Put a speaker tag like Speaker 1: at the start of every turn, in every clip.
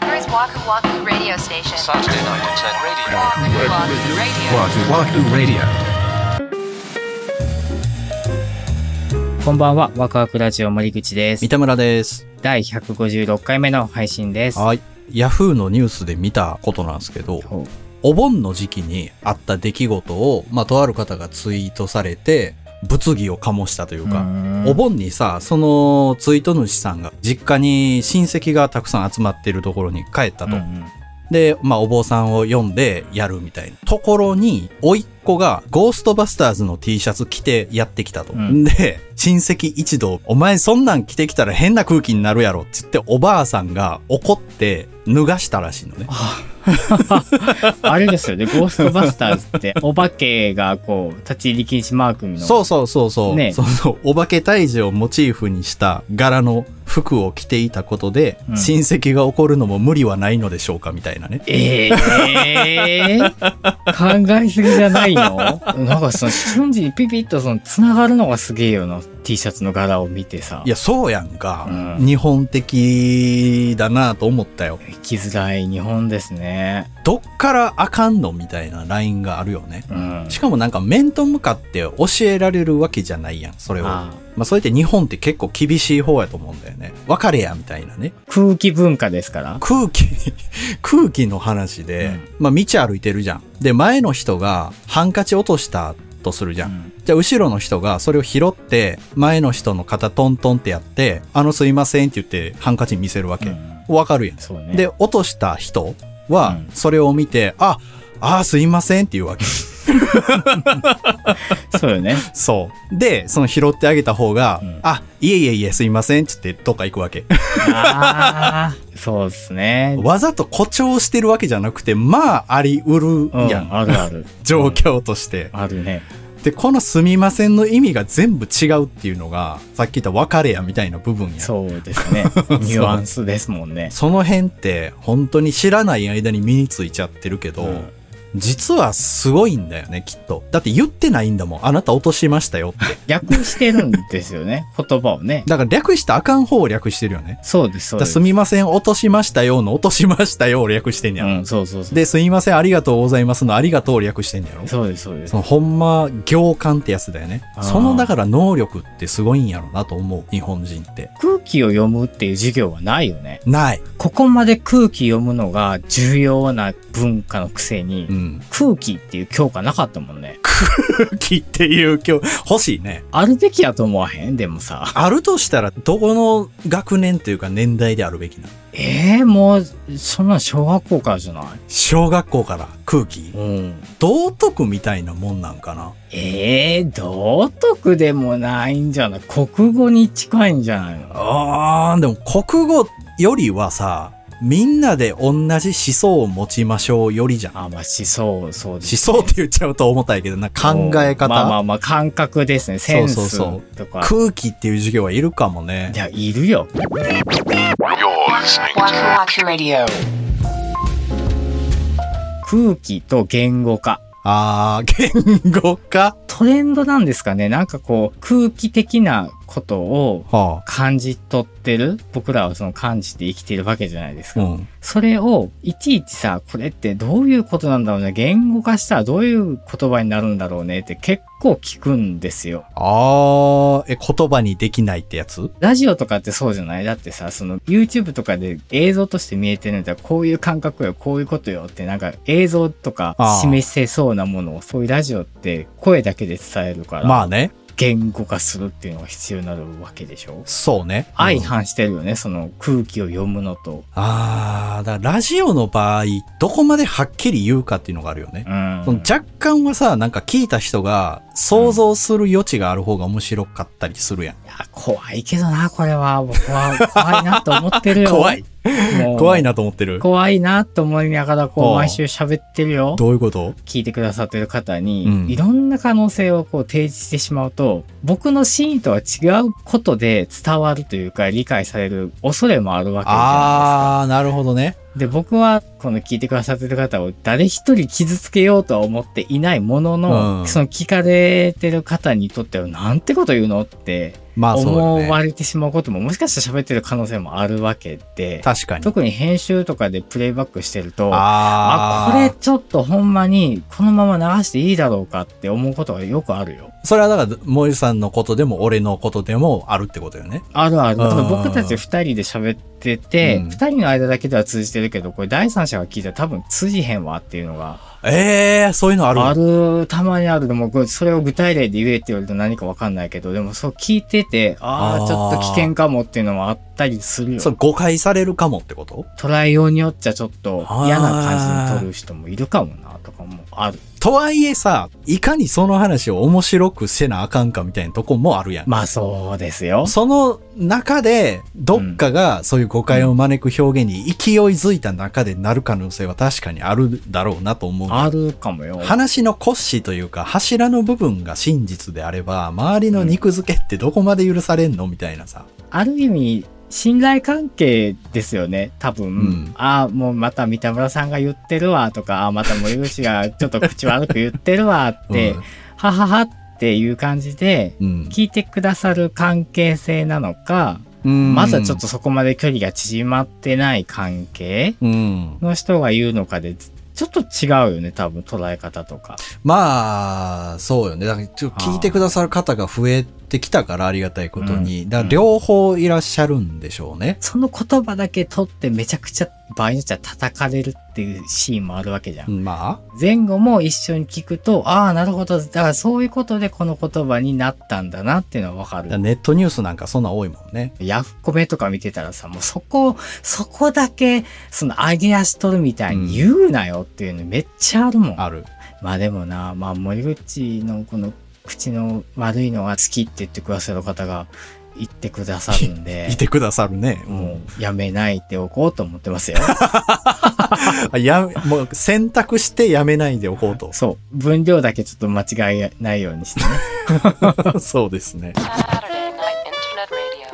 Speaker 1: Waku Waku Radio Station.
Speaker 2: Saturday night at 10 radio.
Speaker 1: Waku Waku
Speaker 3: Wahoo Wahoo
Speaker 1: Radio.
Speaker 3: Radio.
Speaker 4: こんばんは、ワクワクラジオ森口です
Speaker 5: 三。田村です。
Speaker 4: 第156回目の配信です。
Speaker 5: はい。ヤフーのニュースで見たことなんですけど、
Speaker 4: ほう
Speaker 5: お盆の時期にあった出来事を、まあ、とある方がツイートされて、物議を醸したという
Speaker 4: う
Speaker 5: か、
Speaker 4: ん
Speaker 5: お盆にさ、そのツイート主さんが、実家に親戚がたくさん集まってるところに帰ったと。
Speaker 4: うん
Speaker 5: で、まあ、お坊さんを読んでやるみたいな。ところに、甥っ子が、ゴーストバスターズの T シャツ着てやってきたと。
Speaker 4: うん
Speaker 5: で、親戚一同、お前そんなん着てきたら変な空気になるやろって言って、おばあさんが怒って、脱がしたらしいのね。
Speaker 4: あれですよね、ゴーストバスターズ って、お化けがこう、立ち入り禁止マークの。
Speaker 5: そうそうそうそう。
Speaker 4: ね
Speaker 5: そうそう。お化け退治をモチーフにした柄の服を着ていたことで、
Speaker 4: うん
Speaker 5: 親戚が怒るのも無理はないのでしょうかみたいなね。
Speaker 4: ええー、考えすぎじゃない のなんかその、瞬時にピピッとその、つながるのがすげえよな、T シャツの柄を見てさ。
Speaker 5: いや、そうやんか。
Speaker 4: うん
Speaker 5: 日本的だなと思ったよ。
Speaker 4: 生きづらい日本ですね。
Speaker 5: どっからあかんのみたいなラインがあるよね。
Speaker 4: うん。
Speaker 5: しかもなんか面と向かって教えられるわけじゃないやん、それを。
Speaker 4: ああ
Speaker 5: まあそれって日本って結構厳しい方やと思うんだよね。別れや、みたいなね。
Speaker 4: 空気文化ですから。
Speaker 5: 空気、 空気の話で、まあ道歩いてるじゃん。で、前の人がハンカチ落としたとするじゃん。
Speaker 4: うん
Speaker 5: じゃあ後ろの人がそれを拾って、前の人の肩トントンってやって、あのすいませんって言ってハンカチ見せるわ
Speaker 4: う
Speaker 5: け。
Speaker 4: ん
Speaker 5: わかるやん。
Speaker 4: そうね。
Speaker 5: で、落とした人は
Speaker 4: うん、
Speaker 5: それを見て、あ、あーすいませんって言うわけ。
Speaker 4: そうよね。
Speaker 5: そう。で、その拾ってあげた方が、
Speaker 4: うん
Speaker 5: あ、いえいえいえ、すいませんって言って、どっか行くわけ。
Speaker 4: あーそうですね。
Speaker 5: わざと誇張してるわけじゃなくて、まあ、あり得
Speaker 4: うん、
Speaker 5: るやん。
Speaker 4: あるある。
Speaker 5: 状
Speaker 4: うん
Speaker 5: 況として。
Speaker 4: あるね。
Speaker 5: で、このすみませんの意味が全部違うっていうのが、さっき言った別れやみたいな部分やん。
Speaker 4: そうです ね。ニュアンスですもんね。
Speaker 5: その辺って、本当に知らない間に身についちゃってるけど、
Speaker 4: うん
Speaker 5: 実はすごいんだよね、きっと。だって言ってないんだもん。あなた落としましたよって。
Speaker 4: 略してるんですよ ね。言葉をね。
Speaker 5: だから略したらあかん方を略してるよね。
Speaker 4: そうです、そうで
Speaker 5: だからす
Speaker 4: す。
Speaker 5: みません、落としましたよの、落としましたよを略してんね
Speaker 4: う
Speaker 5: やろ。
Speaker 4: ん、そうそうそう。
Speaker 5: で、すみません、ありがとうございますの、ありがとうを略してんねやろ。
Speaker 4: そうです、そうです
Speaker 5: そ。の、ほんま、行間ってやつだよね
Speaker 4: あ。ー
Speaker 5: その、だから能力ってすごいんやろなと思う、日本人って。
Speaker 4: 空気を読むっていう授業はないよね。
Speaker 5: ない。
Speaker 4: ここまで空気読むのが重要な文化のくせに
Speaker 5: う、ん。
Speaker 4: 空気っていう教科なかったもんね。
Speaker 5: 空気っていう今日、欲しいね。
Speaker 4: あるべきやと思わへんでもさ。
Speaker 5: あるとしたら、どこの学年というか年代であるべきなの
Speaker 4: えー、もう、そんなん小学校からじゃない
Speaker 5: 小学校から空気
Speaker 4: うん。
Speaker 5: 道徳みたいなもんなんかな
Speaker 4: ええ道徳でもないんじゃない国語に近いんじゃないの
Speaker 5: あー、でも国語よりはさ、みんなで同じ思想を持ちましょうよりじゃん。思
Speaker 4: あ、まあ思想、そうです。
Speaker 5: 想って言っちゃうと重たいけどな、考え方。
Speaker 4: まあまあまあ感覚ですね。センス
Speaker 5: そうそう
Speaker 4: とか。
Speaker 5: 空気っていう授業はいるかもね
Speaker 4: い。や、いるよ。
Speaker 2: You're listening
Speaker 1: Waku
Speaker 2: to
Speaker 1: Waku Radio.
Speaker 4: 空気と言語化。
Speaker 5: あー、言語化
Speaker 4: トレンドなんですかねなんかこう、空気的なことを
Speaker 5: は
Speaker 4: 感じ取ってる僕らはその感じて生きてるわけじゃないです
Speaker 5: あ、
Speaker 4: か。
Speaker 5: うん。
Speaker 4: それをいちいちさ、これってどういうことなんだろうね言語化したらどういう言葉になるんだろうねって結構聞くんですよ。
Speaker 5: あー、え、言葉にできないってやつ
Speaker 4: ラジオとかってそうじゃないだってさ、その YouTube とかで映像として見えてるんだったらこういう感覚よ、こういうことよってなんか映像とか
Speaker 5: ああ
Speaker 4: 示せそうなものを、そういうラジオって声だけで伝えるから、
Speaker 5: まあね。
Speaker 4: 言語化するっていうのが必要になるわけでしょ
Speaker 5: そうね。
Speaker 4: 相
Speaker 5: うん
Speaker 4: 反してるよね、その空気を読むのと。
Speaker 5: あー、だからラジオの場合、どこまではっきり言うかっていうのがあるよね。
Speaker 4: うん。
Speaker 5: その若干はさ、なんか聞いた人が想像する余地がある方が面白かったりするやん。
Speaker 4: いや怖いけどな、これは。僕は怖いなと思ってるよ。
Speaker 5: 怖い。
Speaker 4: もう
Speaker 5: 怖い。なと思ってる。
Speaker 4: 怖いなと思いながら、こ
Speaker 5: お
Speaker 4: う、
Speaker 5: う
Speaker 4: 毎週喋ってるよ。
Speaker 5: どういうこと
Speaker 4: 聞いてくださってる方に、
Speaker 5: うん
Speaker 4: いろんな可能性をこう提示してしまうと、僕の真意とは違うことで伝わるというか、理解される恐れもあるわけじゃないですか。
Speaker 5: あー、なるほどね。
Speaker 4: で、僕は、この聞いてくださってる方を誰一人傷つけようとは思っていないものの、
Speaker 5: うん
Speaker 4: その聞かれてる方にとっては、なんてこと言うのって
Speaker 5: まあ
Speaker 4: 思
Speaker 5: そうだ
Speaker 4: わ
Speaker 5: ね。
Speaker 4: れてしまうことも、もしかしたら喋ってる可能性もあるわけで、
Speaker 5: 確かに。
Speaker 4: 特に編集とかでプレイバックしてると、あ
Speaker 5: ああ、
Speaker 4: これちょっとほんまにこのまま流していいだろうかって思うことがよくあるよ。
Speaker 5: それはだから、森さんのことでも、俺のことでもあるってことよね。
Speaker 4: あるある。
Speaker 5: うん
Speaker 4: だから僕たち二人で喋ってて、
Speaker 5: うん
Speaker 4: 二、人の間だけでは通じてるけど、これ第三者が聞いたら多分通じへんわっていうのが、
Speaker 5: ええー、そういうのある
Speaker 4: ある、たまにある。でも、それを具体例で言えって言われると何かわかんないけど、でもそう聞いてて、あ
Speaker 5: あ
Speaker 4: あ、
Speaker 5: ー
Speaker 4: ちょっと危険かもっていうのもあったりするよ
Speaker 5: そ。れ誤解されるかもってこと
Speaker 4: トライ用によっちゃちょっと嫌な感じに撮る人もいるかもな、とかもある。
Speaker 5: とはいえさ、いかにその話を面白くせなあかんかみたいなとこもあるやん。
Speaker 4: まあそうですよ。
Speaker 5: その中で、どっかがそういう誤解を招く表現に勢いづいた中でなる可能性は確かにあるだろうなと思う。
Speaker 4: あるかもよ。
Speaker 5: 話の骨子というか柱の部分が真実であれば、周りの肉付けってどこまで許されんのみたいなさ。
Speaker 4: ある意味、信頼関係ですよね、多分。
Speaker 5: ん
Speaker 4: ああ、もうまた三田村さんが言ってるわとか、ああ、また森口がちょっと口悪く言ってるわって、
Speaker 5: うん
Speaker 4: はははっていう感じで、
Speaker 5: うん。
Speaker 4: 聞いてくださる関係性なのか、
Speaker 5: うん
Speaker 4: まだちょっと、そこまで距離が縮まってない関係
Speaker 5: うん。
Speaker 4: の人が言うのかで、ちょっと違うよね、多分捉え方とか。
Speaker 5: まあ、そうよね。だからちょっと聞いてくださる方が増えてきたからありがたいことに、
Speaker 4: うん
Speaker 5: だから両方いらっしゃるんでしょうね。
Speaker 4: その言葉だけ取ってめちゃくちゃ場合によっちゃ叩かれるっていうシーンもあるわけじゃん。
Speaker 5: ま
Speaker 4: 前後も一緒に聞くと、ああ、なるほど。だからそういうことでこの言葉になったんだなっていうのはわか
Speaker 5: あ、
Speaker 4: る。
Speaker 5: ネットニュースなんかそんな多いもんね。
Speaker 4: ヤフコメとか見てたらさ、もうそこ、そこだけ、その上げ足取るみたいに言うなよっていうのめっちゃあるもん。
Speaker 5: ある。
Speaker 4: まあでもな、まあ森口のこの口の悪いのが好きって言ってくださる方が言ってくださるんで
Speaker 5: い、てくださるね。うん
Speaker 4: もうやめないでおこうと思ってますよ。。
Speaker 5: あや、もう選択してやめないでおこうと
Speaker 4: そう。分量だけちょっと間違いないようにしてね。
Speaker 5: そうですね。
Speaker 1: Saturday night internet radio.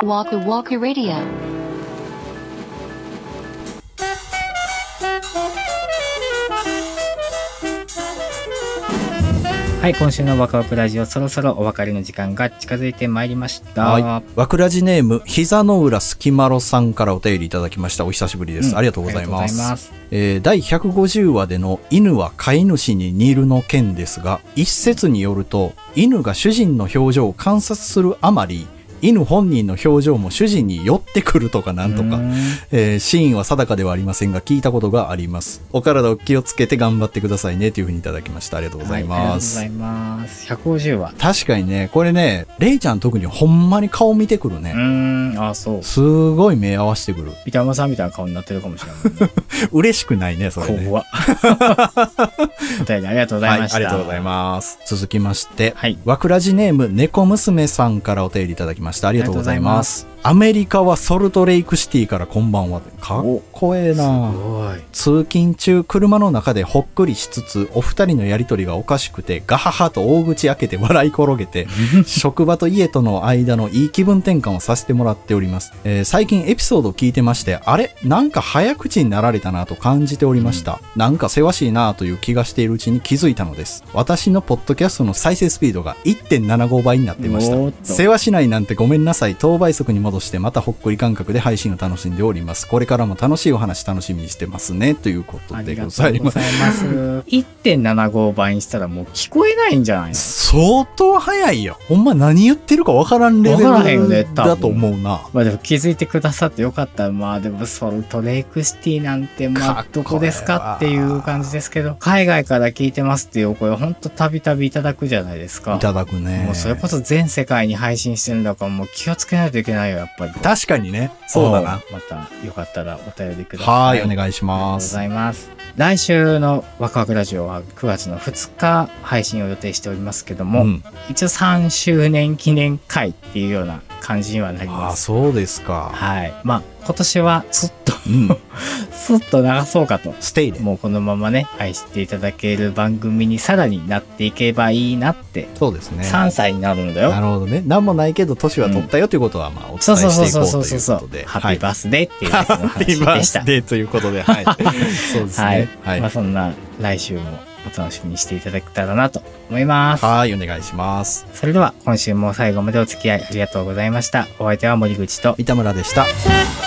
Speaker 1: Waku Waku Radio. Waku Waku Radio.
Speaker 4: はい、今週のワクワクラジオ、そろそろお別れの時間が近づいてまいりました。
Speaker 5: はい。わくらじネーム、膝の裏すきまろさんからお便りいただきました。お久しぶりです。
Speaker 4: うん
Speaker 5: ありがとうござい
Speaker 4: あり
Speaker 5: ま
Speaker 4: がとうござい
Speaker 5: す
Speaker 4: ま。す。
Speaker 5: えー第150話での犬は飼い主に似るの件ですが、一説によると、犬が主人の表情を観察するあまり、犬本人の表情も主人に寄ってくるとかなんと
Speaker 4: う
Speaker 5: か
Speaker 4: ー、ん
Speaker 5: えーシーンは定かではありませんが、聞いたことがあります。お体を気をつけて頑張ってくださいね、というふうにいただきました。ありがとうございます。
Speaker 4: はいありがとうございます。150話。
Speaker 5: 確かにね、これね、レイちゃん特にほんまに顔見てくる
Speaker 4: う
Speaker 5: ね。
Speaker 4: ーん、あ、そう。
Speaker 5: すごい目合わせてくる。
Speaker 4: ビタマさんみたいな顔になってるかもしれない、
Speaker 5: 嬉しくないね、それ
Speaker 4: ね。
Speaker 5: ね。
Speaker 4: 怖っお便りありがとうございました。
Speaker 5: はい、ありがとうございます。続きまして、
Speaker 4: はい
Speaker 5: わくらじネーム猫娘さんからお便りいただきました。ありがとうございます。アメリカはソルトレイクシティからこんばんは。かっこええな通勤中、車の中でほっくりしつつ、お二人のやりとりがおかしくて、ガハハと大口開けて笑い転げて、職場と家との間のいい気分転換をさせてもらっております。えー最近エピソードを聞いてまして、あれなんか早口になられたなと感じておりました。なんかせわしいなという気がしているうちに気づいたのです。私のポッドキャストの再生スピードが1.75倍になっていました
Speaker 4: おーっ。と
Speaker 5: 世話しないなんてごめんなさい。当倍速に戻して、またほっこり感覚で配信を楽しんでおります。これからも楽しいお話楽しみにしてますね。ということ
Speaker 4: あ
Speaker 5: で
Speaker 4: りがとう
Speaker 5: ご
Speaker 4: ござ
Speaker 5: ざ
Speaker 4: い
Speaker 5: い
Speaker 4: ま
Speaker 5: ますす。。
Speaker 4: 1.75倍にしたらもう聞こえないんじゃないの
Speaker 5: 相当早いよ。ほんま何言ってるかわからんレベ
Speaker 4: わからへんよね
Speaker 5: ル
Speaker 4: 多分
Speaker 5: だと思うな。
Speaker 4: まあでも気づいてくださってよかった。まあでもソルトレイクシティなんてま
Speaker 5: か
Speaker 4: あ
Speaker 5: っこええ
Speaker 4: ど
Speaker 5: わ
Speaker 4: こですかっていう感じですけど、海外から聞いてますっていうお声をほんとたびたびいただくじゃないですか
Speaker 5: い。ただくね。
Speaker 4: もうそれこそ全世界に配信してるんだからもう気をつけないといけないよ、やっぱり。
Speaker 5: 確かにね。そうだな。
Speaker 4: ん。またよかったらお便りくだ
Speaker 5: は
Speaker 4: さい。
Speaker 5: ーい、お願いし
Speaker 4: ありがとう
Speaker 5: ま
Speaker 4: ご
Speaker 5: す。
Speaker 4: ざいます。来週のワクワクラジオは9月の2日配信を予定しておりますけども、
Speaker 5: うん
Speaker 4: 一応3周年記念会っていうような感じにはなり
Speaker 5: あ
Speaker 4: ま
Speaker 5: あ、
Speaker 4: す。
Speaker 5: そうですか。
Speaker 4: はい。まあ、今年はずっと
Speaker 5: うん。
Speaker 4: スッと流そうかと。
Speaker 5: ステイで。
Speaker 4: もうこのままね、愛していただける番組にさらになっていけばいいなって。
Speaker 5: そうですね。
Speaker 4: 3歳になるんだよ。
Speaker 5: なるほどね。何もないけど、年は取ったよということは、まあ、お伝え
Speaker 4: そうそう
Speaker 5: し
Speaker 4: そう
Speaker 5: ていこ
Speaker 4: そう
Speaker 5: うと
Speaker 4: そう
Speaker 5: い
Speaker 4: そう
Speaker 5: う
Speaker 4: そ
Speaker 5: こ
Speaker 4: う
Speaker 5: とで。
Speaker 4: ハッ
Speaker 5: は
Speaker 4: ピ
Speaker 5: い
Speaker 4: ーバースデーっていうだけの
Speaker 5: ハッピ
Speaker 4: 話
Speaker 5: ーバー
Speaker 4: でした
Speaker 5: ス。デーということで、はい。そうです
Speaker 4: はい
Speaker 5: ね。。はい。
Speaker 4: まあ
Speaker 5: は
Speaker 4: そんな来週もお楽しみにしていただけたらなと思います。
Speaker 5: い、お願いします。
Speaker 4: それでは今週も最後までお付き合いありがとうございました。お相手は森口と
Speaker 5: 三田村でした。
Speaker 1: Thank you.